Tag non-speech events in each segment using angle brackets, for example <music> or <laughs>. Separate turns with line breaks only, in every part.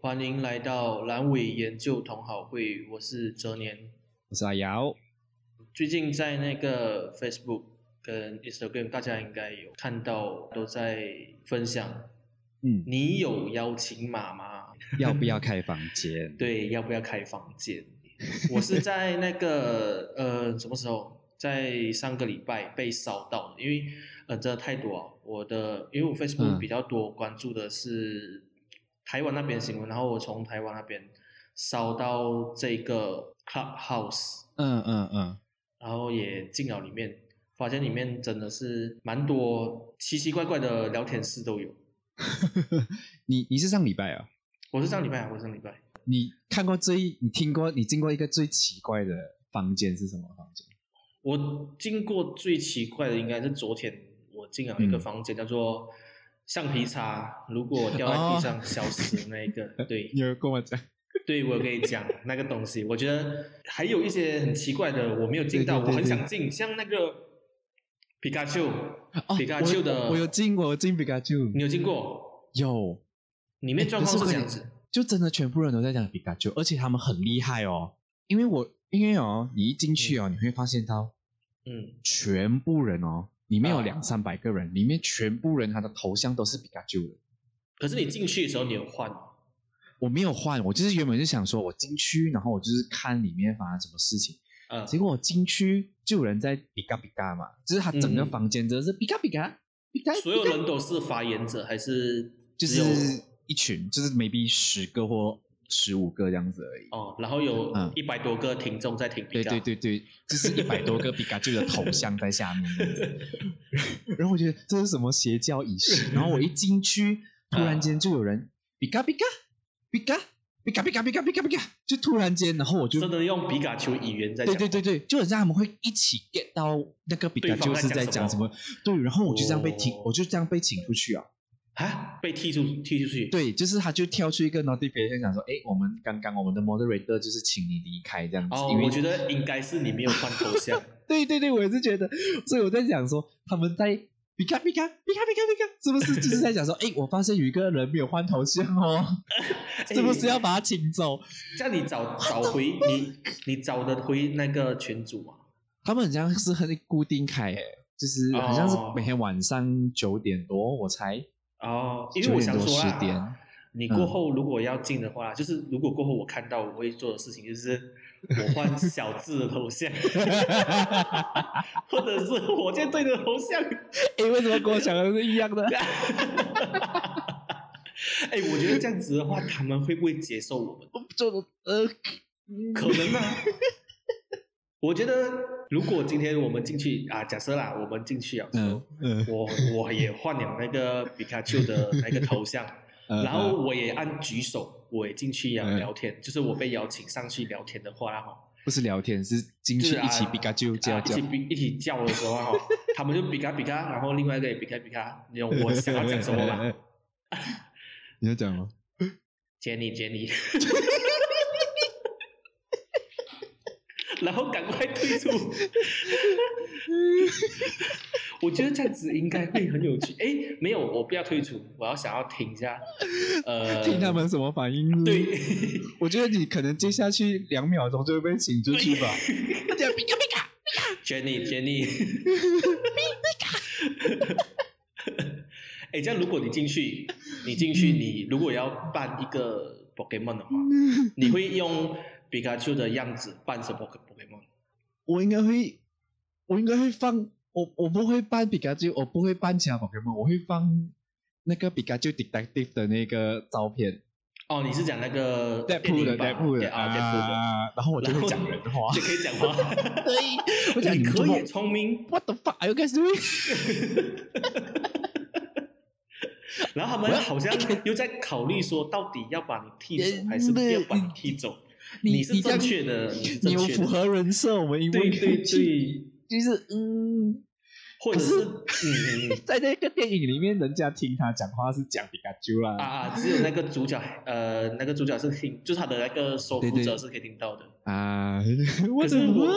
欢迎来到阑尾研究同好会，我是哲年。
我是阿瑶，
最近在那个 Facebook 跟 Instagram，大家应该有看到都在分享，
嗯，
你有邀请码吗？
要不要开房 <laughs> 间？
对，要不要开房间？我是在那个呃什么时候？在上个礼拜被烧到的，因为呃真的太多啊。我的因为我 Facebook
嗯
比较多关注的是台湾那边新闻，然后我从台湾那边烧到这个 Clubhouse，
嗯嗯嗯， <laughs>
然后也进了里面，发现里面真的是蛮多奇奇怪怪的聊天室都有。
你你是上礼拜啊？
我是上礼拜啊，我是上礼拜。
你看过最你听过你经过一个最奇怪的房间是什么房间？
我经过最奇怪的应该是昨天，我进了一个
嗯
房间，叫做橡皮擦，如果掉在
哦
地上消失那一个，对
你有跟我讲？
对，我有跟你讲那个东西，我觉得还有一些很奇怪的我没有进到，
对对对
我很
对
想进，像那个皮卡丘，
哦，
皮卡丘的
我我有进，我有进皮卡丘，
你有进过？
有，
里面状
哎可
况是
是我
这
跟
样
你
子，
就真的全部人都在讲皮卡丘，而且他们很厉害哦。因为我因为哦，你一进去哦，你会发现到
嗯，
全部人哦，里面有
啊
两三百个人，里面全部人他的头像都是皮卡丘的。
可是你进去的时候你有换吗，
我没有换，我就是原本是想说，我进去，然后我就是看里面发生什么事情。
呃，
结果我进去就有人在比嘎比嘎嘛，就是他整个
嗯
房间真的是比嘎比嘎，比嘎比嘎
所有人都是发言者还是
就
只有
是一群，就是 maybe 十个或十五个这样子而已。
哦，然后有
嗯
一百多个听众在听比
对
较，
对对对，就是一百多个比嘎丘的头像在下面这样子， <laughs> 然后我觉得这是什么邪教仪式？然后我一进去，突然间就有人比嘎比嘎比嘎比嘎比嘎比嘎比嘎比嘎，就突然间，然后我就
真的用皮卡丘语言在讲
对
话，
对对对，就很像他们会一起 get 到那个比
对
卡
方在
丘是
讲
在
什
讲什
么
么，对，然后我就这样被请，
哦
我就这样被请出去啊。
啊，被踢出踢出去，，
对，就是他就跳出一个 notification 讲说，哎，我们刚刚我们的 moderator 就是请你离开这样子，
哦
因，为
我觉得应该是你没有换头像，
对对对，我也是觉得，所以我在想说他们在。比卡比卡比卡比卡比卡，是不是就是在讲说，哎、我发现有一个人没有换头像哦， <laughs> 是不是要把他请走？
叫哎你找找回你你找得回那个群主啊？
他们好像是很固定开，哎，就是好像是
哦
每天晚上九点多我才
哦，因为
九
我
点
想
多
说
十
啊，
点，嗯
你过后如果要进的话，就是如果过后我看到我会做的事情就是。 <laughs> 我换小智的头像， <laughs> 或者是火箭队的头像，
<laughs> 哎、为什么跟我想的是一样的？
哎、我觉得这样子的话，他们会不会接受我
<laughs>
们？
做的呃，
可能啊。我觉得，如果今天我们进去啊，假设啦，我们进去啊，
嗯嗯，
我我也换了那个皮卡丘的那个头
<laughs>
像，然后我也按举手，我也进去啊
嗯
聊天，就是我被邀请上去聊天的话啦，哈，
不是聊天，是进
就是
去
啊
一起比嘎啾叫
啊一
叫？
起，比一起叫的时候啊，哈，他们就比卡比卡，然后另外一个也比卡比卡，你懂我想要讲什么吗？
<laughs> 你要讲吗？
杰尼杰尼，然后赶快退出。我觉得这样子应该会很有趣。诶，没有，我不要退出，我要想要听一下，呃，
<laughs> 听他们什么反应？
对，，
我觉得你可能接下去两秒钟就会被请出
<laughs>
去吧。大家比嘎比嘎，
Jenny <laughs> Jenny，哎，这样如果你进去，你进
嗯
去，你如果要扮一个 Pokemon 的话，你会用皮卡丘的样子扮什么 Pokemon？
我应该会，我应该会放，我我不会扮比嘎啾，我不会扮其他宝可梦，我会放那个比嘎啾 detective 的那个照片。
哦，你是讲那个
在
电
铺
影
的，
版
在铺
对
的
啊，在
啊，然后我就
然
会
后
讲人话
铺的，就可以讲话，
<laughs> 对，我讲哎
你
<laughs> 你
可
可
以
以
聪明。
，What the <laughs> fuck are you guys doing？
然后他们好像又在考虑说，到底要把你踢走还是不要把你踢走？
<laughs> 你
是
这样
正确的，你是
你
正
有
确
符
的，
合人设，我们因
对
为
对
<laughs>
对，
就是嗯，
或者
<laughs>
是嗯嗯嗯
在那个电影里面，人家听他讲话是讲皮卡丘啦，
啊，只有那个主角，呃，那个主角是听，就是他的那个收服
对
者
对
是可以听到的。
啊， <laughs>
可
为什
是
么
我？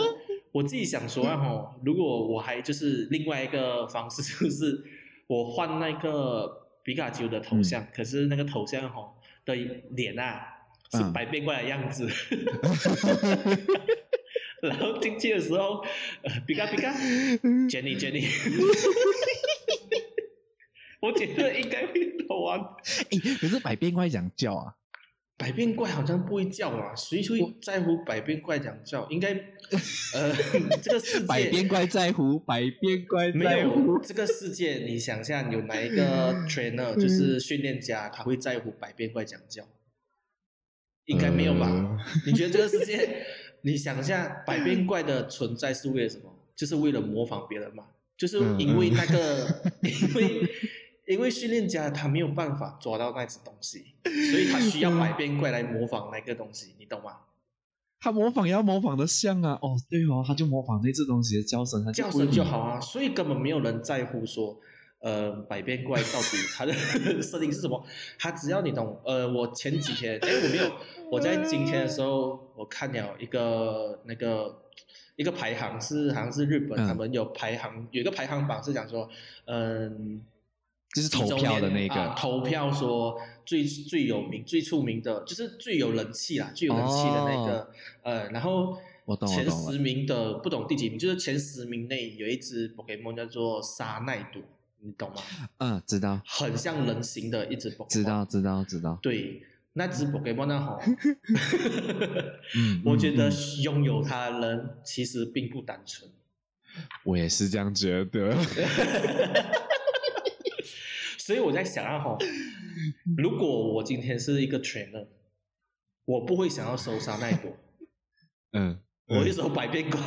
我自己想说啊，吼，如果我还就是另外一个方式， <laughs> 就是我换那个皮卡丘的头像，可是那个头像吼，的脸啊，是
嗯
百变怪的样子。 <laughs> 然后进去的时候，呃，比嘎比嘎，Jenny Jenny，我觉得应该会投完。
哎，可是百变怪讲叫啊，
百变怪好像不会叫啊，谁会在乎百变怪讲叫？应该，呃，这个世界
百变怪在乎，百变怪
没
在乎。嗯
有这个世界，你想象有哪一个 trainer 就是训练家，他会在乎百变怪讲叫？应该没有吧？
呃
你觉得这个世
<laughs>
界，你想象百变
嗯
怪的存在是为了什么？就是为了模仿别人嘛？就是
嗯
因为那
<laughs>
个，因为因为训练家他没有办法抓到那只东西，所以他需
嗯
要百变怪来模仿那个东西，你懂吗？
他模仿要模仿的像啊，哦，对哦，他就模仿那只东西的叫声，他
叫
不会
声就
理
好啊，所以根本没有人在乎说，呃，百变怪到底它的 <laughs> 设定是什么。它只要你懂，呃，我前几天，哎，我没有，我在今天的时候，我看了一个那个一个排行是好像是日本，
嗯
他们有排行有一个排行榜是讲说，嗯、
就是
几
投
周
票的那
年
个，
啊投票说最最有名、最出名的，就是最有人气啦，最有人气的那个，呃，然后
哦我懂我
前
懂了
十名的不懂第几名，就是前十名内有一只 Pokemon 叫做沙奈朵，你懂吗？
嗯，知道，
很像人形的一只 Pokemon，
知道，知道，知道，
对。那只 Pokemon 呢？
<laughs>
吼， <laughs>
嗯，
我觉得
嗯嗯
拥有它的人其实并不单纯，
我也是这样觉
<laughs>
得。
所以我在想啊，吼，如果我今天是一个 trainer，我不会想要收沙奈朵，
嗯，
我一手百变怪，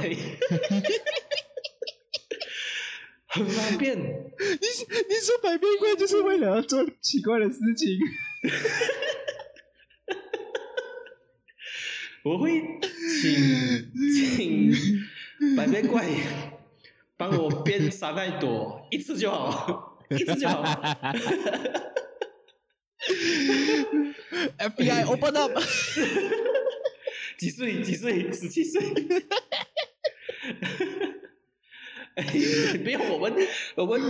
很方便。
你你说百变怪就是为了要做奇怪的事
<laughs>
情，
我会请请百变怪帮我编沙奈朵一次就好，一次就好。
FBI open
<laughs>
up，
几岁？几岁？十七岁。 <laughs> 哎，不要我们，我们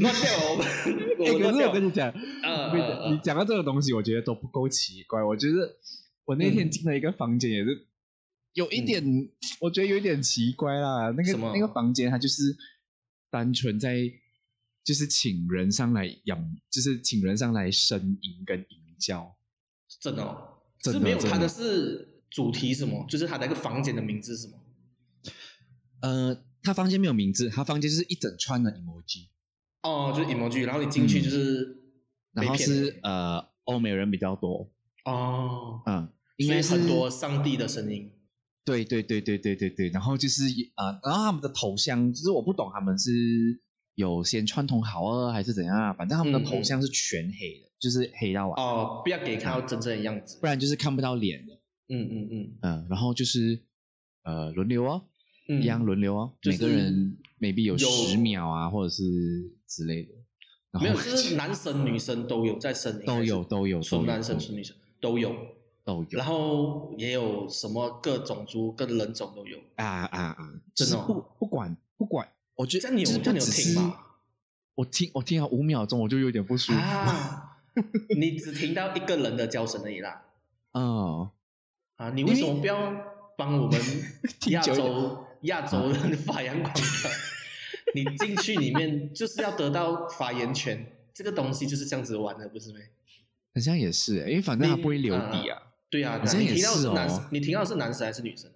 乱掉，我
<laughs>
们
哎、
我们
可
乱
是
掉
我。跟你讲，
呃
我跟你讲你讲到这个东西，我觉得都不够奇怪。我觉得我那天
嗯
进了一个房间，也是有一点，我觉得有一点奇怪啦。那
什
个
么
那个房间，它就是单纯在就是请人上来养，就是请人上来呻吟跟吟叫。
真的哦，
真的
是没有
真的
他的是主题是什么？就是他那个房间的名字是什么？
呃，他房间没有名字，他房间就是一整串的 emoji，
哦，就是 emoji，然后你进去就是被
嗯然
骗
后
的
是呃欧美人比较多，
哦，
嗯，应
所以
该是
很多上帝的声音。
对对对对对对对，然后就是呃，然后他们的头像，就是我不懂他们是有先串通好啊，还是怎样啊？反正他们的头像是全黑的，就是黑到
嗯
完，
哦，不要给看到真正的样子
不。然就是看不到脸的。
嗯嗯嗯
嗯、然后就是呃轮流哦，
嗯，
一样轮流哦，
就是
每个人 maybe 有
有
十秒啊，或者是之类的。然
没
后
有，就是男生女生都有在声音，
都有
还是
都有
纯男生
都有
纯女生都有，
都有
然后也有什么各种族各人种都有。
啊啊啊！
真的
就是
哦
不不管不管，我觉得
这样你有
就是不
这样你有
只
听
是
吗
我听我听了五秒钟，我就有点不舒服。 <laughs>
啊，你只听到一个人的叫声而已啦。
嗯，
啊，你为什么不要帮我们
<laughs> 听
亚
久一点
洲亚洲人发扬光
<laughs>
大？你进去里面就是要得到发言权，这个东西就是这样子玩的，不是吗？
好像也是欸，因为反正
你
它不会留底啊。
对啊，
好像
你
也
听到的
是
是
哦
男，你听到的是男生还是女生？嗯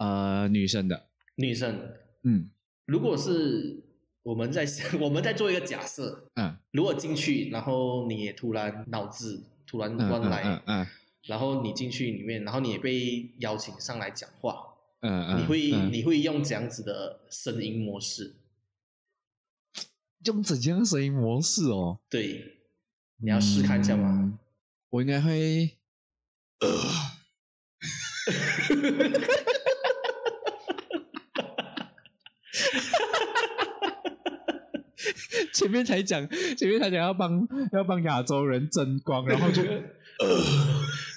呃，女生的，
女生。
嗯
如果是我们在想，我们在做一个假设，
嗯
如果进去，然后你也突然脑子突然
嗯
乱
嗯
来，
嗯嗯
然后你进去里面，然后你也被邀请上来讲话，
嗯嗯，
你会、
嗯
你会用这样子的声音模式，
用怎样的声音模式哦？ <laughs>
对，你要试看一下吗？
嗯？我应
<laughs>
该会，呃前面才讲，前面才讲要帮要帮亚洲人争光，然后就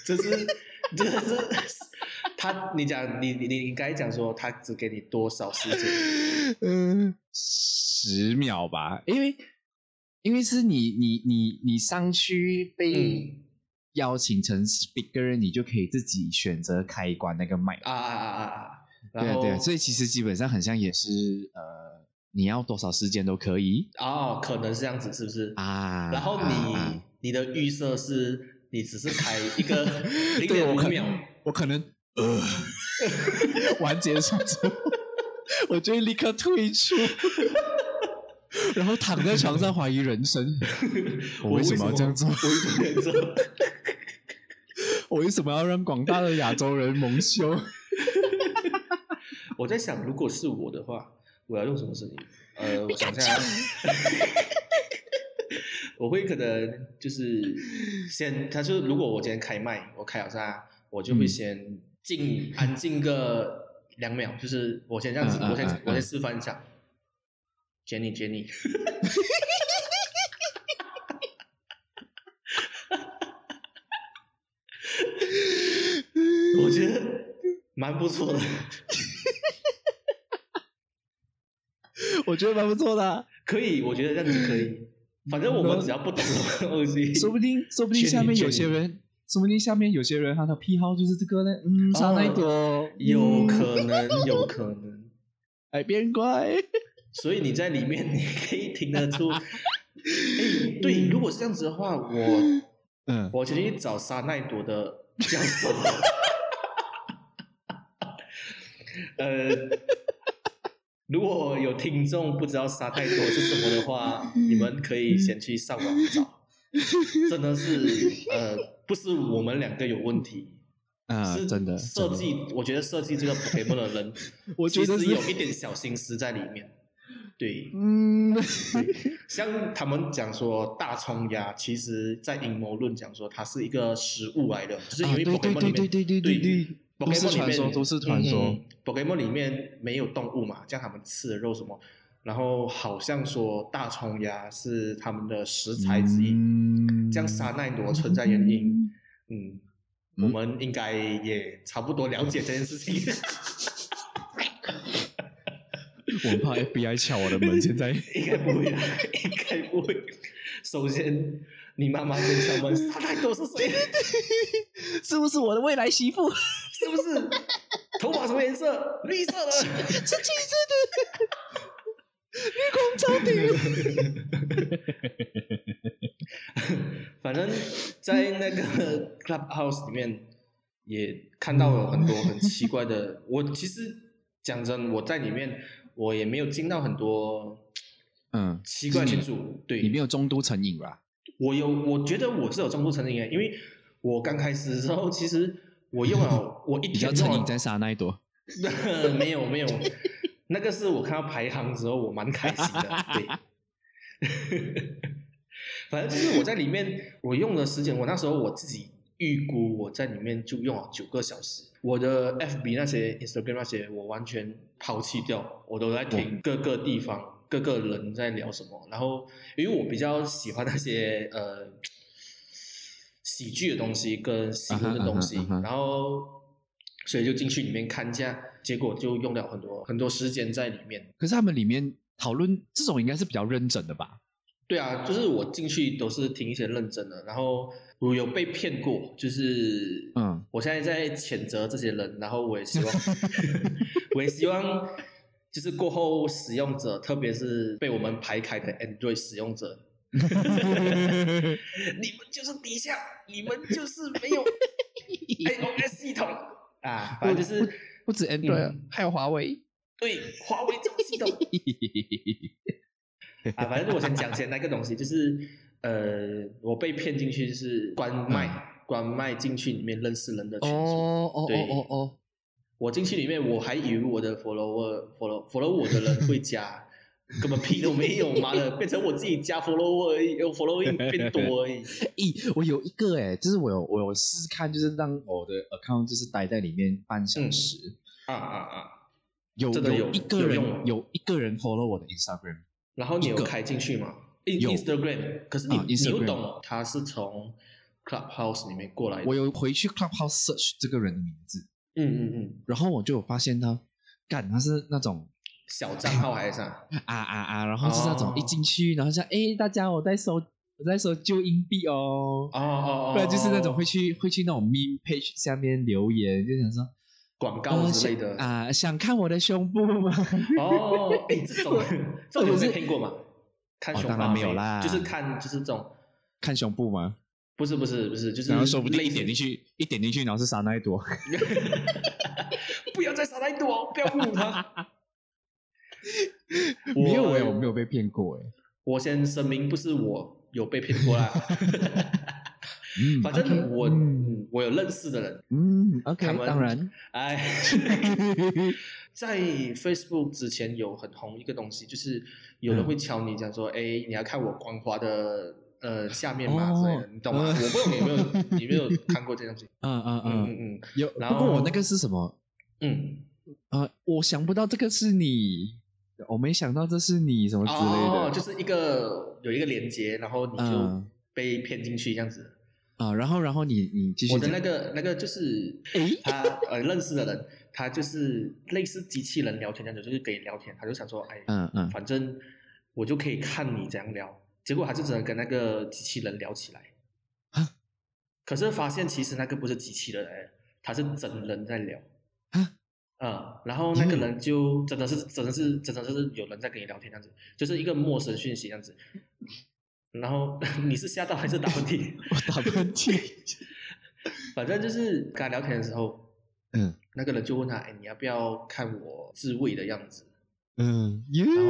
这是这是他，你讲你你你刚才讲说他只给你多少时
<laughs>
间？
嗯，十秒吧，因为因为是你你你你上去被、
嗯
邀请成 speaker，你就可以自己选择开关那个麦。
啊啊啊啊啊！
对
然
啊
后
对啊，所以其实基本上很像也是呃，你要多少时间都可以
哦，可能是这样子，是不是？
啊。
然后你、
啊
你的预设是你只是开一个零
<laughs> 对
点五
我可
秒，
我可能
<laughs>
呃，完结束之后， <laughs> 我就会立刻退出， <laughs> 然后躺在床上怀疑人
<laughs>
生，我为什么要这样做
我为什么要这样做
我为什么要让广大的亚洲人蒙羞？
我在想，如果是我的话，我要用什么声音？呃，我想一下啊， <laughs> 我会可能就是先，他说如果我今天开麦，我开好它，我就会
嗯
先静、安静个两秒，就是我先这样子，
嗯嗯
我先、
嗯
我
嗯
先示范一下。Jenny Jenny，我觉得蛮不错的。
<laughs> 我觉得蛮不错的啊、
可以，我觉得这样子可以。反正我们只要不懂什么东西，
嗯 <laughs> 说不定说不定下面有些人，说不定下面有些人他的癖好就是这个呢，嗯，
哦
沙奈朵、
有
嗯
可能，有可能。
百变怪，
所以你在里面，你可以听得
<laughs>
出。哎，对，如果是这样子的话，我
嗯，
我决定去找沙奈朵的教授。 <laughs> 呃，如果有听众不知道沙奈朵是什么的话，
嗯
你们可以先去上网找。真的是，呃，不是我们两个有问题，
啊
是，
真的
设，
真的
计，我觉得设计这个 Pokemon 的人，
<laughs> 我觉得
其
是
实有一点小心思在里面。对，
嗯，
像他们讲说大葱鸭，其实在阴谋论讲说它是一个食物来的，就是因
啊
为
对
Pokemon 里
对
面
对对对对对都市
Pokemon 里
传
面
说都市传说
嗯嗯 Pokemon 里面没有动物嘛，像他们吃的肉什么，然后好像说大葱鸭是他们的食材之一，
嗯
这样沙奈罗存在原因。嗯，我
嗯
们应该也差不多了解这件事情。
<laughs>
<laughs>
我很怕 FBI 敲我的门，现在
应该不会啦， <laughs> 应该不会。首先，你妈妈先敲门，沙太多是谁？
<laughs>
<laughs>
是不是我的未来媳妇？
是不是？头发什么颜色？绿色的。 <laughs>
是金色的，月光超顶。
反正，在那个 Clubhouse 里面也看到了很多很奇怪的。我其实讲真，我在里面我也没有进到很多
<laughs> 嗯，
奇怪群组，对，
你没有中毒成瘾吧？
我有，我觉得我是有中度成瘾的，因为我刚开始的时候，其实我用了，
<laughs>
我一
比较
天
成
用
瘾
了
在杀那一朵。
<laughs> 没有没有，那个是我看到排行之后，我蛮开心的。对，反正就是我在里面，我用的时间，我那时候我自己预估我在里面就用了九个小时。我的 FB 那些、Instagram 那些，我完全抛弃掉，我都在听各个地方、各个人在聊什么。然后，因为我比较喜欢那些呃喜剧的东西跟新闻的东西
啊哈啊哈啊哈
然后所以就进去里面看一下，结果就用了很多很多时间在里面。
可是他们里面讨论这种应该是比较认真的吧？
对啊，就是我进去都是听一些认真的，然后我有被骗过，就是 <laughs>
嗯，
我现在在谴责这些人，然后我也希望，我也希望，就是过后使用者，特别是被我们排开的 Android 使用者，你们就是低下，你们就是没有 iOS 系统啊，反正就是
不止 Android，、
嗯
还有华
<laughs>
为。
对华为这种系统啊，反正我先讲先那个东西，就是呃，我被骗进去就是关麦，关麦进去里面认识人的
嗯哦
群组。
哦
对
哦哦哦，
我进去里面，我还以为我的 follower follow follow 我的人会加，根本屁都没有，妈的，变成我自己加 follower 而已，有 following 变多而已。
咦，我有一个哎、就是我有我有试试看，就是让我的 account 就是待在里面半小时。
啊啊啊！
有
这个有
一个
有
人
用吗
一个人 follow 我的 Instagram，
然后你有
一个
开进去吗？In
有
Instagram，可是你、
啊
你又
Instagram
懂，他是从 Clubhouse 里面过来的。
我有回去 Clubhouse search 这个人的名字，
嗯嗯嗯，
然后我就有发现他，干他是那种
小账号还是啥？
啊啊啊，然后是那种
哦
一进去，然后像哎大家我在收我在说就硬币哦，
哦哦哦，
不然就是那种会去会去那种 meme page 下面留言，就想说
广告之类的
哦想啊、想看我的胸
<laughs>
部吗？
哦，哎，这种这种有没有听过嘛？看
哦
熊
当然
猫
没有
飞
啦
就是看就是这种，
看胸部吗？
不是不是不是，就是
然后说不定
类
一
似
点进去，一点进去，然后是沙奈
<laughs>
朵。
不要再撒太多，不要侮辱他。
<laughs> 没有哎、我没有被骗过哎、
<laughs> 我先声明，不是我有被骗过啦。
<laughs> 嗯
反正
OK，
我
嗯
我有认识的人，
嗯
他
，OK，
们
当然，
哎，
<laughs>
在 Facebook 之前有很红一个东西，就是有人会敲你讲
哦
说，哎、你要看我光滑的呃下面吗？
哦
之类的，你懂吗？
呃
我不懂你有没有你有没有看过这东西？
嗯 <laughs> 嗯
嗯
嗯，
嗯
有。
然后
不过我那个是什么？
嗯
啊，我想不到这个是你，我没想到这是你什么
嗯，
之类的，
哦，就是一个有一个连接，然后你就
嗯
被骗进去这样子。
啊，然后然后你你继续
我的那
讲
个那个就是
诶
他呃认识的人，他就是类似机器人聊天那种，就是给聊天，他就想说，哎，
嗯
<laughs>
嗯
反正我就可以看你怎样聊，结果他就只能跟那个机器人聊起来
啊。
可是发现其实那个不是机器人，哎，他是真人在聊。
啊，
嗯，然后那个人就真的是真的是真的是有人在跟你聊天这样子，就是一个陌生讯息这样子。然后 <laughs> 你是吓到还是打喷嚏？ <laughs>
我打喷嚏，
反正就是跟他聊天的时候，
嗯
那个人就问他：“哎，你要不要看我自慰的样子
嗯哟，
后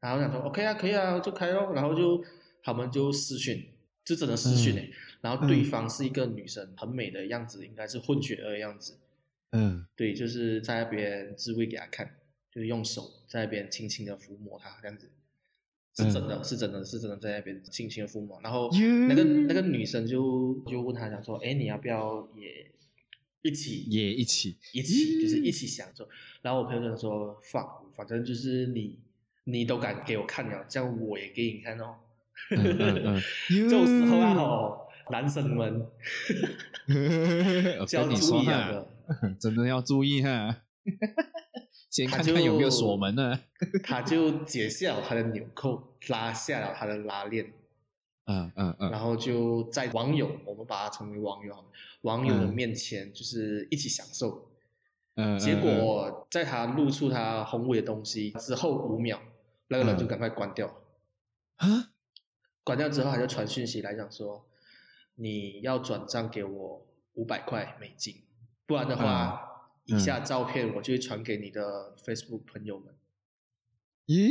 然后想说 OK 啊，可以啊，就开咯。然后就他们就私讯，就真的私讯哎、然后对方是一个女生，很美的样子，应该是混血儿的样子。
嗯
对，就是在那边自慰给他看，就是用手在那边轻轻的抚摸她这样子。是真的，是真的，是真的，在那边轻轻的抚摸，然后
哟
那个那个女生就就问他讲说，哎，你要不要也一起
也一起，
一起，就是
嗯
一起享受。然后我朋友就说放，反正就是你你都敢给我看了，这样我也给你看哦。
嗯嗯嗯
<laughs> 这种时候啊，哦，男生们
<laughs> 我
就要
跟你
注
说啊
意啊
哈
了，
<laughs> 真的要注意哈， <laughs> 先
他
看
就
看有没有锁门啊呢？
<laughs> 他就解下了他的纽扣，拉下了他的拉链，
嗯嗯嗯，
然后就在网友，我们把他称为网友好了，网友的
嗯
面前就是一起享受。
嗯
结
嗯嗯
果在他露出他宏伟的东西之后五秒，那个人就
嗯
赶快关掉了。
啊，
关掉之后，他就传讯息来讲说，你要转账给我五百块美金，不然的话，
嗯
以下照片我就会传给你的 Facebook 朋友们。
耶，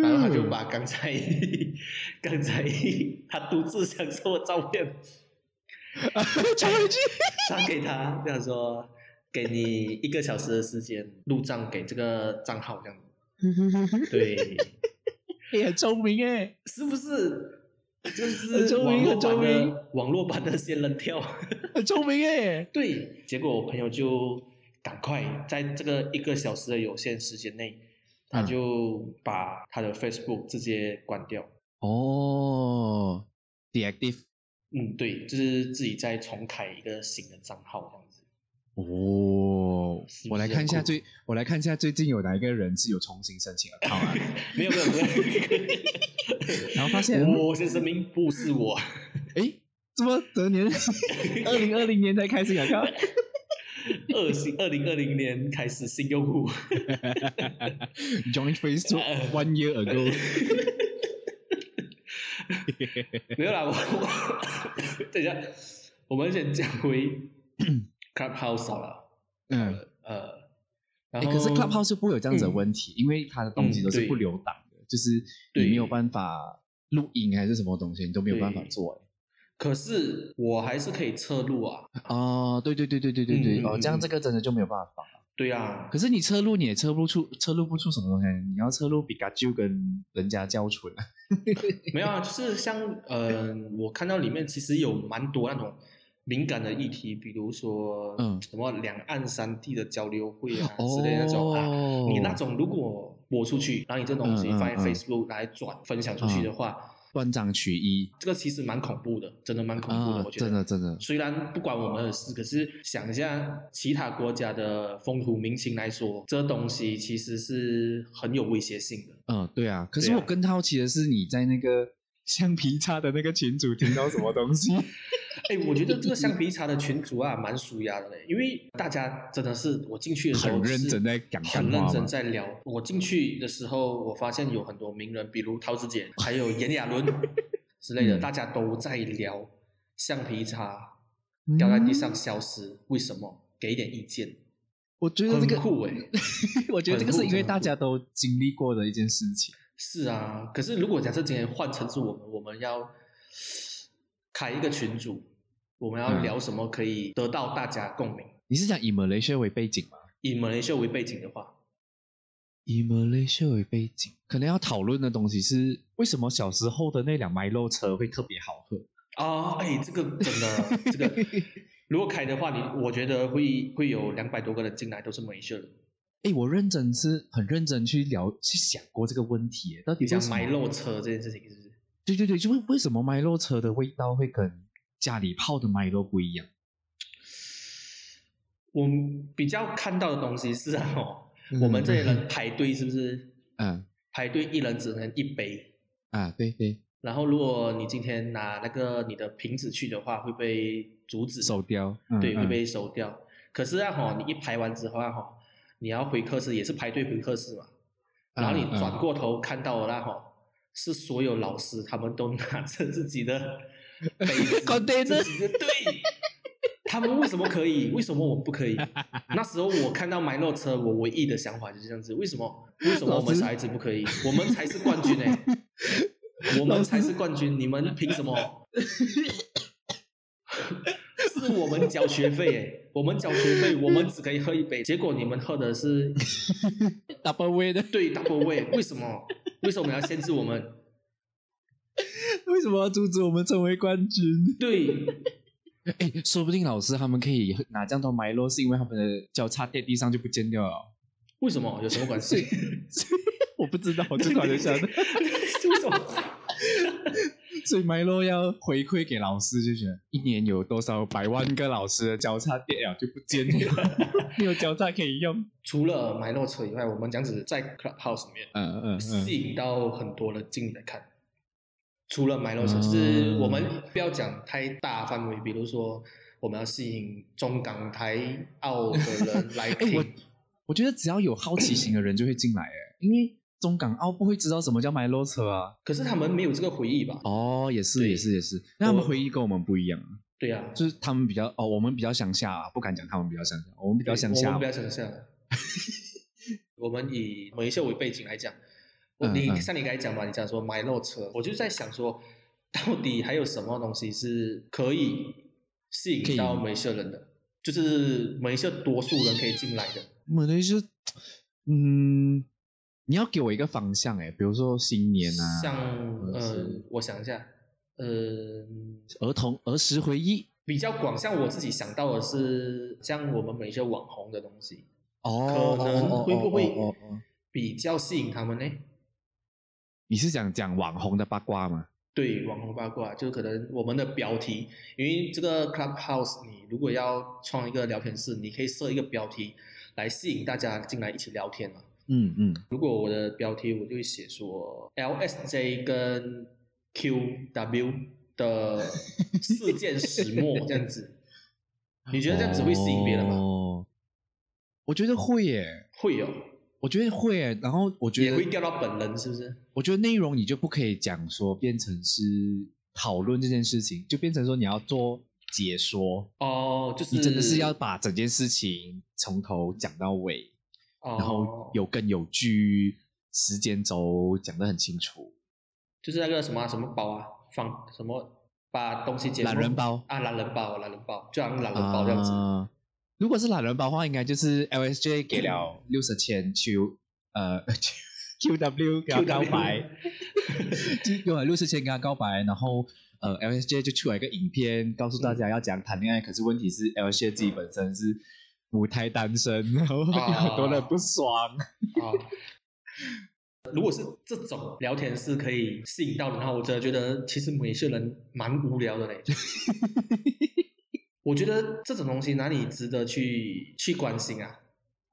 然后他就把刚才 <laughs> 刚才 <laughs> 他独自享受的照片
<laughs> 传回去，
传给他，这样说，给你一个小时的时间入账给这个账号，这样
<laughs>
对，
你很聪明哎，
是不是？这
很
是
聪
网
明
络
很
版
聪明
的网络版的仙人跳。
很聪明 <laughs> 哎，
对，结果我朋友就赶快在这个一个小时的有限时间内，他
嗯
就把他的 Facebook 直接关掉。
哦，deactive，
嗯，对，就是自己再重开一个新的账号这样子。
哦
是，不
我来
是
看一下
很酷
最，我来看一下最近有哪一个人是有重新申请 account <laughs> 啊，
没有没有没
然后发现，
有，
<laughs>
我先声明不是我，
哎，怎么得 <laughs> 年二零二零年才开始 account？
二零二零二零年开始新用户。
Join
<laughs>
Facebook one year ago，
没有啦，我我 <laughs> 等一下，我们先讲回
<coughs>
Clubhouse 好了。
嗯，
呃，然
哎、
后、
可是 Clubhouse 就不会有这样子的
嗯
问题，因为它的东西
嗯
都是
对
不留档的，就是
对
你没有办法录音还是什么东西，你都没有办法
对
做。欸
可是我还是可以侧录啊。
<laughs> 哦，对对对对对对对，
嗯嗯
哦，这样
嗯
这个真的就没有办法放了。
对啊，
可是你车路你也车不出，车路不出什么东西，你要车路比卡丘跟人家叫蠢啊。
没有啊，就是像呃，我看到里面其实有蛮多那种敏感的议题，比如说
嗯
什么两岸三地的交流会啊、
哦，
之类的那种啊。你那种如果播出去，然后你这种东西
嗯嗯
放在
嗯
Facebook 来转、分享出去的话，
断章取义
这个其实蛮恐怖的，真的蛮恐怖的，
啊
我，觉得。
真的真的，
虽然不管我们的事，可是想一下其他国家的风土民情来说，这东西其实是很有威胁性的。
嗯，对啊。可
对
是我
啊
更好奇的是，你在那个橡皮擦的那个群主听到什么
<laughs>
东西，
哎，我觉得这个橡皮擦的群主啊，蛮舒压的嘞，因为大家真的是我进去的时候
很认真在讲
是很
干
认
话
真
嘛
在聊。我进去的时候，我发现有很多名人，比如陶子姐，还有炎
<laughs>
亚纶之类的，
嗯
大家都在聊橡皮擦掉在地
嗯
上消失，为什么？给一点意见，
我觉得
很
这个，
酷哎、
<laughs> 我觉得这个
很酷
是因
真的
为
很
大
酷
家都经历过的一件事情。
是啊，可是如果假设今天换成是我们，我们要开一个群组，我们要
嗯
聊什么可以得到大家共鸣？
你是讲以马来西亚为背景吗？
以马来西亚为背景的话，
以马来西亚为背景，可能要讨论的东西是为什么小时候的那辆麦肉车会特别好喝？
哦，哎，这个真 <laughs> 的，这个如果开的话，你我觉得会会有两百多个人进来，都是马来西亚人。
哎，我认真是很认真去聊去想过这个问题耶，到底
你
为
讲
什么
买肉车这件事情是不是？
对对对，就是为什么麦肉车的味道会跟家里泡的麦肉不一样？
我们比较看到的东西是啊哦，我们这些人排队是不是？
嗯，
排队一人只能一杯，
嗯啊，对对，
然后如果你今天拿那个你的瓶子去的话，会被阻止，
手雕，嗯
对，会
嗯
被收掉。可是啊哈，你一排完之后啊哈，你要回课室也是排队回课室嘛，然后你
嗯嗯
转过头看到了那哈，是所有老师他们都 <laughs> 拿着自己的杯
<laughs>
子，
Container
自己的对。他们为什么可以？为什么我们不可以？那时候我看到买诺车，我唯一的想法就是这样子：为什么？为什么我
老
们
师
小孩子不可以？我们才是冠
<laughs>
军呢、我们才是冠军，你们凭什么？ <laughs> 是我们交学费诶，我们交学费，我们只可以喝一杯，结果你们喝的是
double way 的，
对 double way，为什么？为什么要限制我们？
为什么要阻止我们成为冠军？
对，
哎，说不定老师他们可以拿这样多麦肉，是因为他们的交叉在地上就不见掉了。 <laughs>
为什么有什么关系？ <laughs>
我不知道，我这突然 <laughs> 就想到，
为什么？
所以 Milo 要回馈给老师，就觉得一年有多少百万个老师的交叉点了就不见 <laughs> 了，没有交叉可以用。
除了买诺车以外，我们这样子在 clubhouse 里面
嗯嗯嗯，
吸引到很多人进来看。除了买诺车，
嗯
就是我们不要讲太大范围，比如说我们要吸引中港台澳的人来
<laughs> 哎、我
听。
我觉得只要有好奇心的人就会进来，哎，因为中港澳不会知道什么叫 Milo 车啊。
可是他们没有这个回忆吧？
哦，也是
对
也是也是，那他们回忆跟我们不一样啊，
对呀、啊，
就是他们比较哦，我们比较乡下啊，不敢讲他们比较乡下，我们比较乡
我
下
们不。要想象。 <laughs> 我们以某一些为背景来讲，我
嗯
你
嗯
像你刚才讲嘛，你讲说买漏车，我就在想说，到底还有什么东西是可以吸
可以
引到某一些人的，就是某一些多数人可以进来的。
我的是，嗯，你要给我一个方向哎，比如说新年啊，
像
或者
呃
是，
我想一下，呃，
儿童儿时回忆
比较广，像我自己想到的是，像我们某一些网红的东西，
哦，
可能会不会
哦哦哦哦
比较吸引他们呢？
你是想讲网红的八卦吗？
对，
嗯
网红八卦就是可能我们的标题，因为这个 Clubhouse，你如果要创一个聊天室，你可以设一个标题来吸引大家进来一起聊天嘛。
嗯嗯，
如果我的标题我就会写说 LSJ 跟 QW 的事件始
<laughs>
末这样子，你觉得这样子会吸引别人吗？
哦，我觉得会耶，
会有，
我觉得会耶。然后我觉
也
得
会掉到本人是不是？
我觉得内容你就不可以讲说变成是讨论这件事情，就变成说你要做解说，
哦，就是
你真的是要把整件事情从头讲到尾，
哦，
然后有根有据，时间轴讲得很清楚。
就是那个什么啊什么包啊，放什么把东西解
懒人包
啊，懒人包，懒人包，就好像懒人包这样子。
啊如果是懒人包的话，应该就是 LSJ 给了六十千 Q <laughs> 呃 QW 给他
QW
告
<laughs>
白，就给我六十千给他告白，然后呃 LSJ 就出来一个影片，告诉大
嗯
家要讲谈恋爱，可是问题是 LSJ 自己本身是母胎单身，然后有 <laughs> 很多人不爽。
啊，如果是这种聊天是可以吸引到人的话，我真的觉得其实某些人蛮无聊
<laughs>
的嘞。我觉得这种东西哪里值得去去关心啊？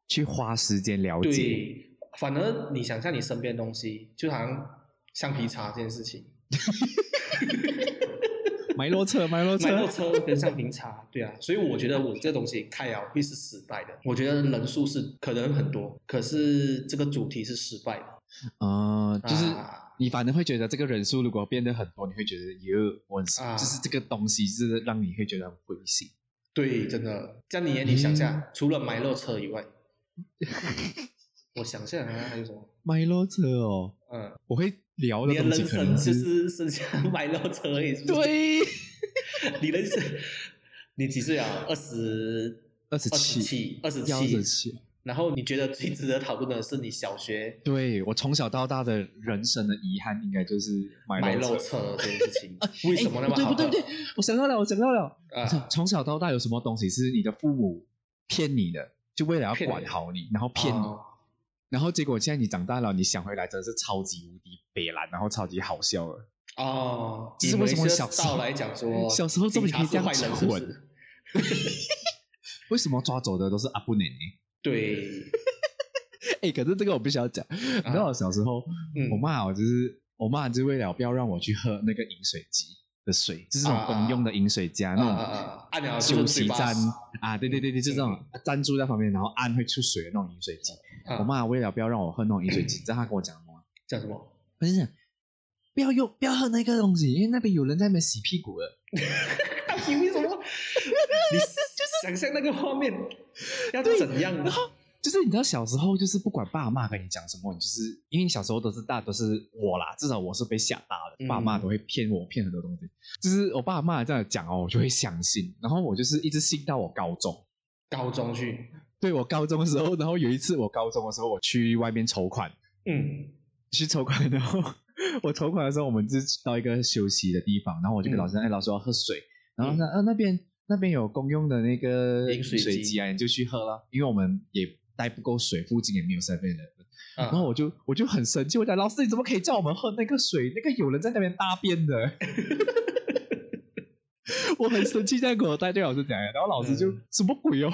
去花时间了解，
对，
<laughs>
反而你想象你身边的东西，就好像橡皮擦这件事情，
买落车，买落车
买，到车跟橡平
<laughs>
差，对啊，所以我觉得我这东西开了会是失败的。我觉得人数是可能很多，可是这个主题是失败的，
啊、就是
啊
你反正会觉得这个人数如果变得很多，你会觉得哟，我很
啊
就是这个东西是让你会觉得很灰心。
对，真的。这样你你想下，除了买落车以
<laughs>
外，我想下啊还有什么？
买落车哦，
嗯，
我会聊
你
的
的
东
人
西可
生
能
就是剩下买落车而已，是不是，
<laughs> 对，
你人生你几岁啊？二十
二十
二十
七，
七，二十
幺十
七。
七，
然后你觉得最值得讨论的是你小学
对我从小到大的人生的遗憾，应该就是买
买
落
漏
车。
车这件事情，为什么那么
<laughs> 哎
好喝？
不对不对不对，我想到了，我想到了，
啊，
从小到大有什么东西是你的父母骗你的，就为了要
骗你
管好你，然后骗你，
哦
然后结果现在你长大了，你想回来真的是超级无敌北蓝，然后超级好笑了。
哦，
这是为什么小时候
道来讲说
小时候这么
警察是坏人是不
可以这样
是？
为什么抓走的都是阿布奶奶？
对，
哎，可是这个我必须要讲，你知道我小时候，
嗯
我妈我就是我妈就为了不要让我去喝那个饮水机的水，就是那种公用的饮水加、
啊
那种。
啊啊，按了就是
休息
嘴巴
站啊，对对
嗯
对对，就这种站住在旁边，然后按会出水的那种饮水机。
啊
我妈为了不要让我喝那种饮
<clears throat>
水机，你知道她跟我讲什么吗？
讲什么？
她就讲不要用，不要喝那个东西，因为那边有人在那边洗屁股了。
到底为什么？
<laughs>
你想象那个画面要怎样？
然后就是你知道小时候就是不管爸妈跟你讲什么，你就是因为你小时候都是大都是我啦，至少我是被吓大的，
嗯
爸妈都会骗我骗很多东西，就是我爸妈这样讲哦，我就会相信，然后我就是一直信到我高中。
高中去，
对我高中的时候，然后有一次我高中的时候，我去外面筹款，
嗯
去筹款，然后 <laughs> 我筹款的时候，我们就到一个休息的地方，然后我就跟
嗯
老师讲，哎，老师我要喝水，然后他说，啊那边那边有公用的那个
饮水机
机啊，你就去喝了，因为我们也带不够水，附近也没有 seven
啊
然后我就我就很生气，我讲老师你怎么可以叫我们喝那个水？那个有人在那边大便的。 <laughs> 我很生气，在跟我带队老师讲，然后老师就、
嗯
什么鬼哦，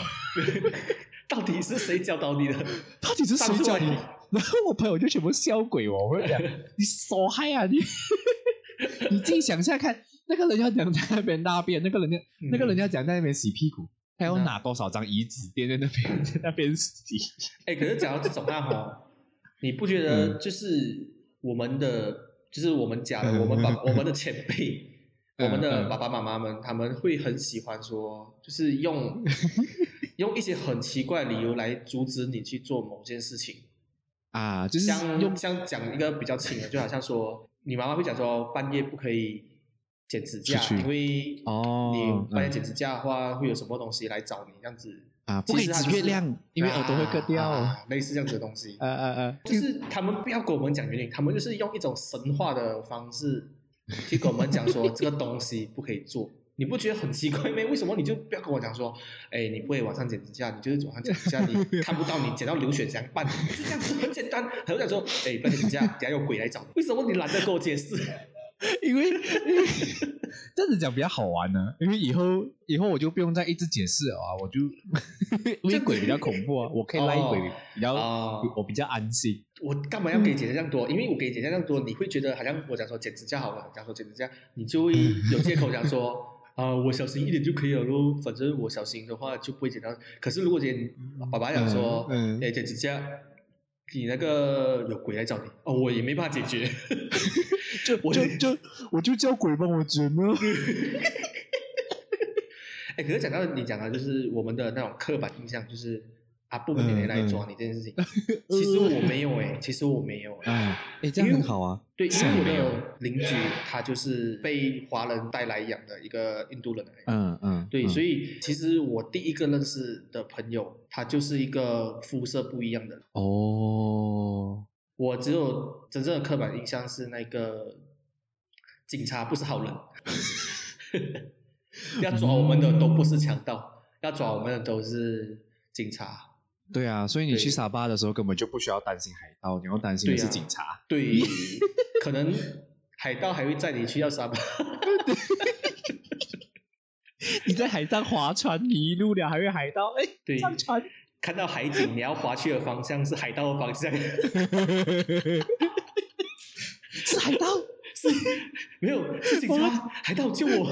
到底是谁教导你的？
到底是谁
站出
叫
来
你？然后我朋友就全部笑鬼我，我就讲你傻嗨啊你！ <laughs> 你自己想一下看，那个人要讲在那边大便，那个人家、那个人
嗯
家讲在那边洗屁股，他要拿多少张椅子垫在那边在那边洗？ <laughs>
哎、可是讲到这种啊，哈，你不觉得
嗯
就是我们的，就是我们讲的，我们爸、我们的前辈、
<laughs> 嗯
我们的
嗯
爸爸妈妈们，他们会很喜欢说，就是
<laughs>
用用一些很奇怪的理由来阻止你去做某件事情。
啊，就是
像
用
像讲一个比较轻的，就好像说，你妈妈会讲说，半夜不可以剪指甲，
出去
因为
哦
你半夜
嗯
剪指甲的话，会有什么东西来找你这样子。
啊，不可以
其实它
指
就是
月亮，因为耳朵会割掉。
啊
啊
啊类似这样子的东西。
<laughs> 啊啊！
就是他们不要跟我们讲原因，他们就是用一种神话的方式去跟我们讲说这个东西不可以做。你不觉得很奇怪吗？为什么你就不要跟我讲说，哎，你不会晚上剪指甲，你就是晚上剪指甲，你看不到你剪到流血怎样办？就这样子很简单。很多人说，哎，不要剪指甲，等下有鬼来找你。为什么你懒得跟我解释？
因为因为 <laughs> 这样子讲比较好玩呢、因为以后以后我就不用再一直解释了啊，我 <laughs> 就因为鬼比较恐怖啊，我可以赖
哦
鬼比较、
哦
我比较安心。
我干嘛要给你剪指甲这样多？因为我给你剪指甲这样多，你会觉得好像我讲说剪指甲好了，讲说剪指甲，你就会有借口讲说 <laughs> 啊、我小心一点就可以了咯，反正我小心的话就不会剪到。可是如果剪爸爸讲说，哎、
嗯嗯
剪指甲，你那个有鬼来找你，哦，我也没办法解决。 <laughs> 就我
就就我就叫鬼帮我剪呢。
哎，可是讲到你讲的，就是我们的那种刻板印象，就是啊，不明年来抓你这件事情。其实我没有哎、其实我没有哎、
<laughs> 哎，哎，这样很好啊。
对，因
是
为我
没有
的邻居他就是被华人带来养的一个印度人来的，
嗯嗯，
对，所
以
以其实我第一个认识的朋友，他就是一个肤色不一样的人。
哦，
我只有真正的刻板印象是那个警察不是好人， <laughs> 要抓我们的都不是强盗，要抓我们的都是警察。
对啊，所以你
对
去沙巴的时候根本就不需要担心海盗，你要担心的
对啊
是警察。 <laughs>
对，可能海盗还会载你去到沙巴。
你在海上划船迷路了，还会海盗哎，
对
上船。
看到海景，你要划去的方向是海盗的方向，
是海盗，
是没有是警察还盗救我。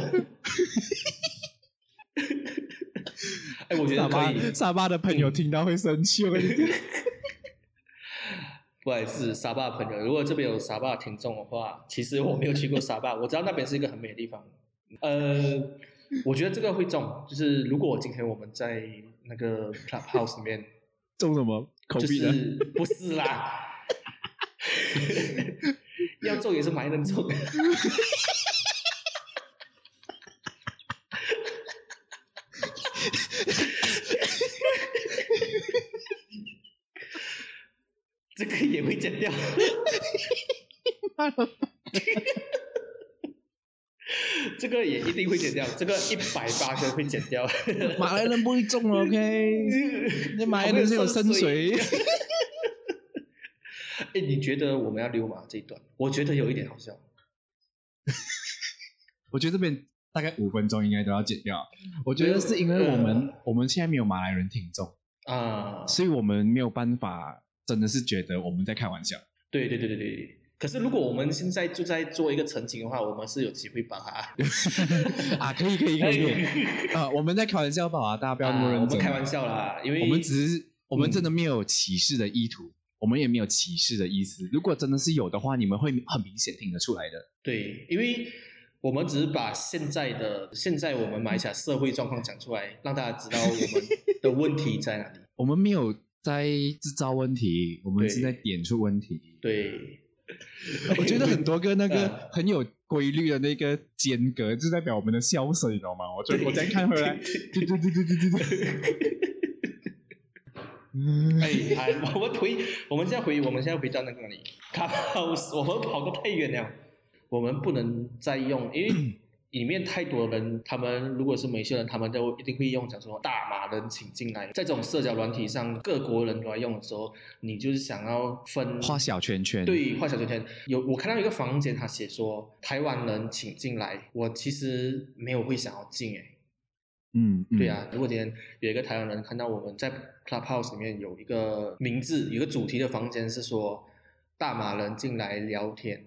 哎， <laughs> 我觉得
沙
可
巴
以，嗯
沙巴的朋友听到会生气，我跟你讲
不好意思，沙巴的朋友，如果这边有沙巴的听众的话，其实我没有去过沙巴，我知道那边是一个很美的地方。呃，我觉得这个会中，就是如果今天我们在那个 clubhouse 里面，
中什么口
就
鼻的？
是不是啦，要中也是蛮能中。这个也会剪掉。这个也一定会剪掉，这个一百八十会剪掉。
马来人不会
<laughs>
中了，OK？那马来人是有深邃，
哎，你觉得我们要溜吗这一段？我觉得有一点好笑。
<laughs> 我觉得这边大概五分钟应该都要剪掉。我觉得是因为我们我们现在没有马来人听众，
啊，
所以我们没有办法，真的是觉得我们在开
<laughs>
玩笑。
对对对对对。可是如果我们现在就在做一个澄清的话，我们是有机会把它。
<laughs> 啊，可以可以可以可以，
<laughs>
啊，我们在开玩笑吧，大家不
不
要那么
哎
认
啊我
真。
们
啊
开玩笑啦，因为
我们只是我们
嗯
真的没有歧视的意图，我们也没有歧视的意思。如果真的是有的话，你们会很明显听得出来的。
对，因为我们只是把现在的现在我们马来西亚社会状况讲出来，让大家知道我们的问题在哪里。
我们没有在制造问题，我们
对
是在点出问题。
对，
我觉得很多个那个
嗯
很有规律的那个间隔，就代表我们的笑声，你知道吗？我觉得我再看回
<laughs>
来，对对对对对对对。嗯，
哎，哎， <laughs> 我们回，我们现在回，我们现在回到那个哪里？卡巴斯，我们跑得太远了，我们不能再用，因为里面太多人，他们如果是某些人，他们都一定会用讲说大马人请进来，在这种社交软体上，各国人都来用的时候，你就是想要分
画小圈圈，，
对，画小圈圈有我看到一个房间，他写说台湾人请进来，我其实没有会想要进欸诶、
嗯，嗯
对，啊，如果今天有一个台湾人看到我们在 Clubhouse 里面有一个名字、有一个主题的房间是说大马人进来聊天，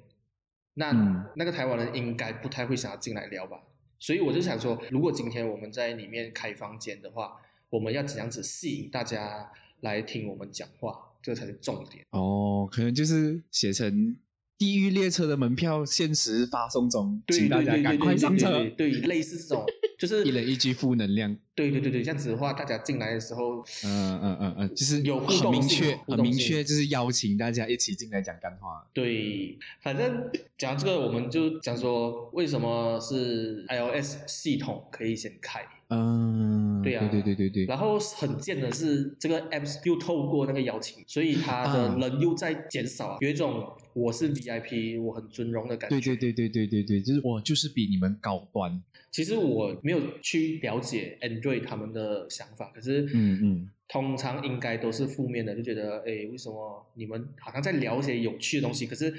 那、
嗯
那个台湾人应该不太会想要进来聊吧？所以我就想说，如果今天我们在里面开房间的话，我们要怎样子吸引大家来听我们讲话？这才是重点。
哦，可能就是写成《地狱列车》的门票限时发送中，
对
请大
对
家
对
赶
对
快
对
上
对
车
对，。对类似这种，就是
一人一句负能量，
对对对对，这样子的话，大家进来的时候，
嗯嗯嗯嗯，就是
有互
很
动
明
性啊
确，
互
很
动
明
性
确，就是邀请大家一起进来讲干话。
对，反正讲到这个，我们就讲说为什么是 iOS 系统可以先开，
嗯，
对啊
对对对对对，
然后很贱的是这个 App 又透过那个邀请，所以它的
啊
人又在减少啊，有一种我是 VIP，我很尊荣的感觉。
对对对对对对对，就是我就是比你们高端，
其实我没有去了解 Android 他们的想法，可是
嗯嗯，
通常应该都是负面的，就觉得诶，为什么你们好像在聊一些有趣的东西，可是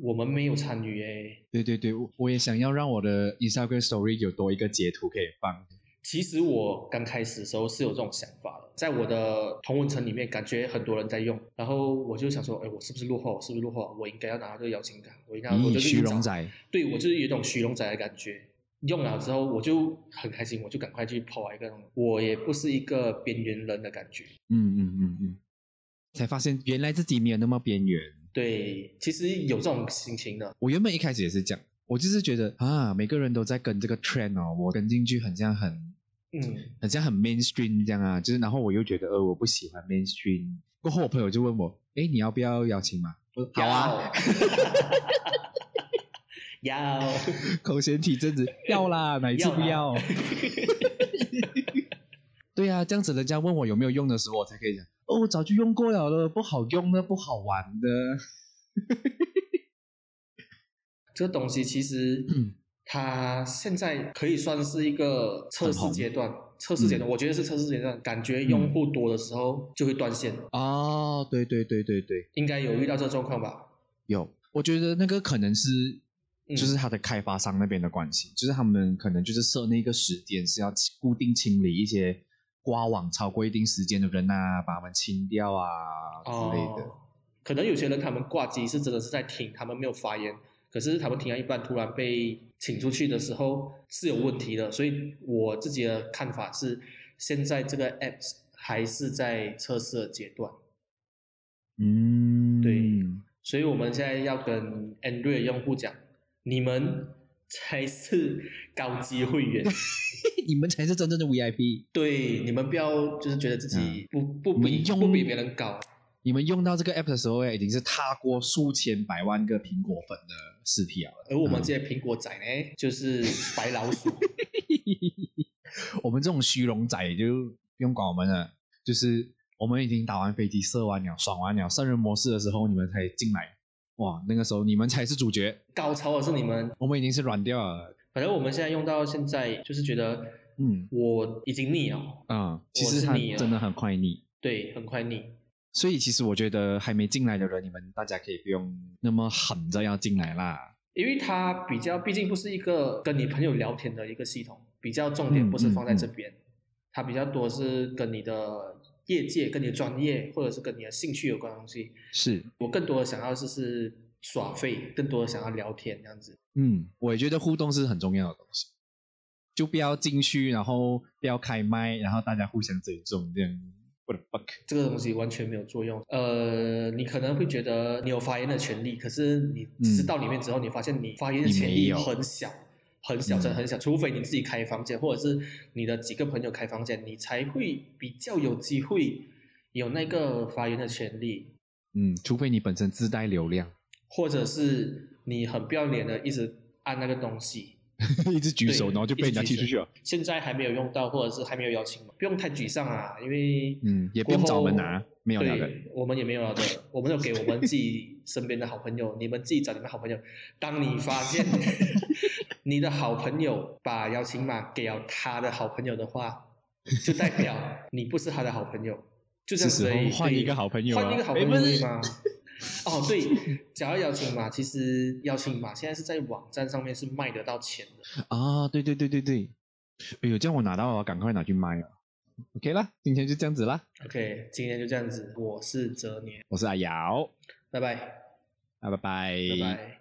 我们没有参与诶。
对对对，我我也想要让我的 Instagram Story 有多一个截图可以
啊
放。
其实我刚开始的时候是有这种想法的，在我的
嗯
同文层里面，感觉很多人在用，然后我就想说，哎，我是不是落后？我是不是落后？啊我应该要拿到这个邀请卡，我应该，我
咦，
就去
嗯虚
找
荣，仔，
对我就是有一种虚荣仔的感觉。用了之后，
嗯
我就很开心，我就赶快去跑一个，我也不是一个边缘人的感觉。
嗯嗯嗯嗯，才发现原来自己没有那么边缘。
对，其实有这种心情的，
我原本一开始也是这样，我就是觉得啊，每个人都在跟这个 trend 哦，我跟进去很像很 <laughs>
嗯，
很像很 mainstream 这样啊，就是然后我又觉得呃我不喜欢 mainstream，过后我朋友就问我，哎你要不要邀请嘛？我说好啊，
<laughs> 要， <laughs> 要，
口嫌体正直，要啦，哪一次不
要
要？ <laughs> 对啊，这样子人家问我有没有用的时候，我才可以讲哦，我早就用过了了，不好用的，不好玩的。
这个东西其实
嗯
它现在可以算是一个测试阶段，测试阶
嗯
段，我觉得是测试阶段，感觉用户多的时候就会断线，
<coughs> 哦，对对对对对，
应该有遇到这个状况吧？
有，我觉得那个可能是，
嗯
就是它的开发商那边的关系，就是他们可能就是设那个时间是要清固定清理一些挂网超过一定时间的人啊，把他们清掉啊之类的。
哦哦，可能有些人他们挂机是真的是在听，他们没有发言，可是他们听到一半突然被请出去的时候是有问题的，所以我自己的看法是，现在这个 app 还是在测试的阶段，
嗯，
对所以我们现在要跟 Android 的用户讲，你们才是高级会
<laughs>
员，
<laughs> 你们才是真正的 VIP。
对，你们不要就是觉得自己不、不
嗯你
比
们用
不比别人高，
你们用到这个 app 的时候，哎，已经是踏过数千百万个苹果粉的尸体啊了。
而我们这些苹果仔
嗯
呢，就是白老鼠，
<laughs> 我们这种虚荣仔就不用管我们了，就是我们已经打完飞机、射完鸟、爽完鸟、圣人模式的时候，你们才进来。哇，那个时候你们才是主角，
高潮的是你们。 <laughs>
我们已经是软掉了。
反正我们现在用到现在，就是觉得
嗯
我已经腻了，
嗯，其
我
实
是
它
你啊
真的很快腻。
对，很快腻。
所以其实我觉得还没进来的人，你们大家可以不用那么狠着要进来啦。
因为它比较，毕竟不是一个跟你朋友聊天的一个系统，比较重点
嗯
不是放在
嗯
这边，它比较多是跟你的业界、跟你的专业或者是跟你的兴趣有关的东西。
是，
我更多的想要就是耍废，更多的想要聊天这样子。
嗯，我也觉得互动是很重要的东西，就不要进去，然后不要开麦，然后大家互相尊重这样。What the fuck？
这个东西完全没有作用。呃，你可能会觉得你有发言的权利，可是你只是到里面之后，你发现你发言的权
嗯你没
利
有
很小，很小，
嗯
真的很小。除非你自己开房间，或者是你的几个朋友开房间，你才会比较有机会有那个发言的权利，
嗯，除非你本身自带
<laughs>
流量，
或者是你很不要脸的一直按那个东西。
一直举手，
对
然后就被人家
一直
踢
举手
出去了。
现在还没有用到，或者是还没有邀请嘛，不用太沮丧啊，因为
嗯，也不用找我们拿，没有聊的。
对，我们也没有聊
<laughs>
的，我们有给我们自己身边的好朋友，你们自己找你们好朋友。当你发现 <laughs> 你的好朋友把邀请码给了他的好朋友的话，就代表你不是他的好朋友，就这样子
是时
而
候
已。
换
对
一个好朋友啊
换一个好朋
诶
友
不是
对吗？哦，对，讲到邀请码，其实邀请码现在是在网站上面是卖得到钱的。
啊，对对对对对，哎呦，这样我拿到了，赶快拿去卖了。OK 啦，今天就这样子啦。
OK，今天就这样子，我是哲年，
我是阿瑶，
拜拜，
啊，拜拜，
拜拜。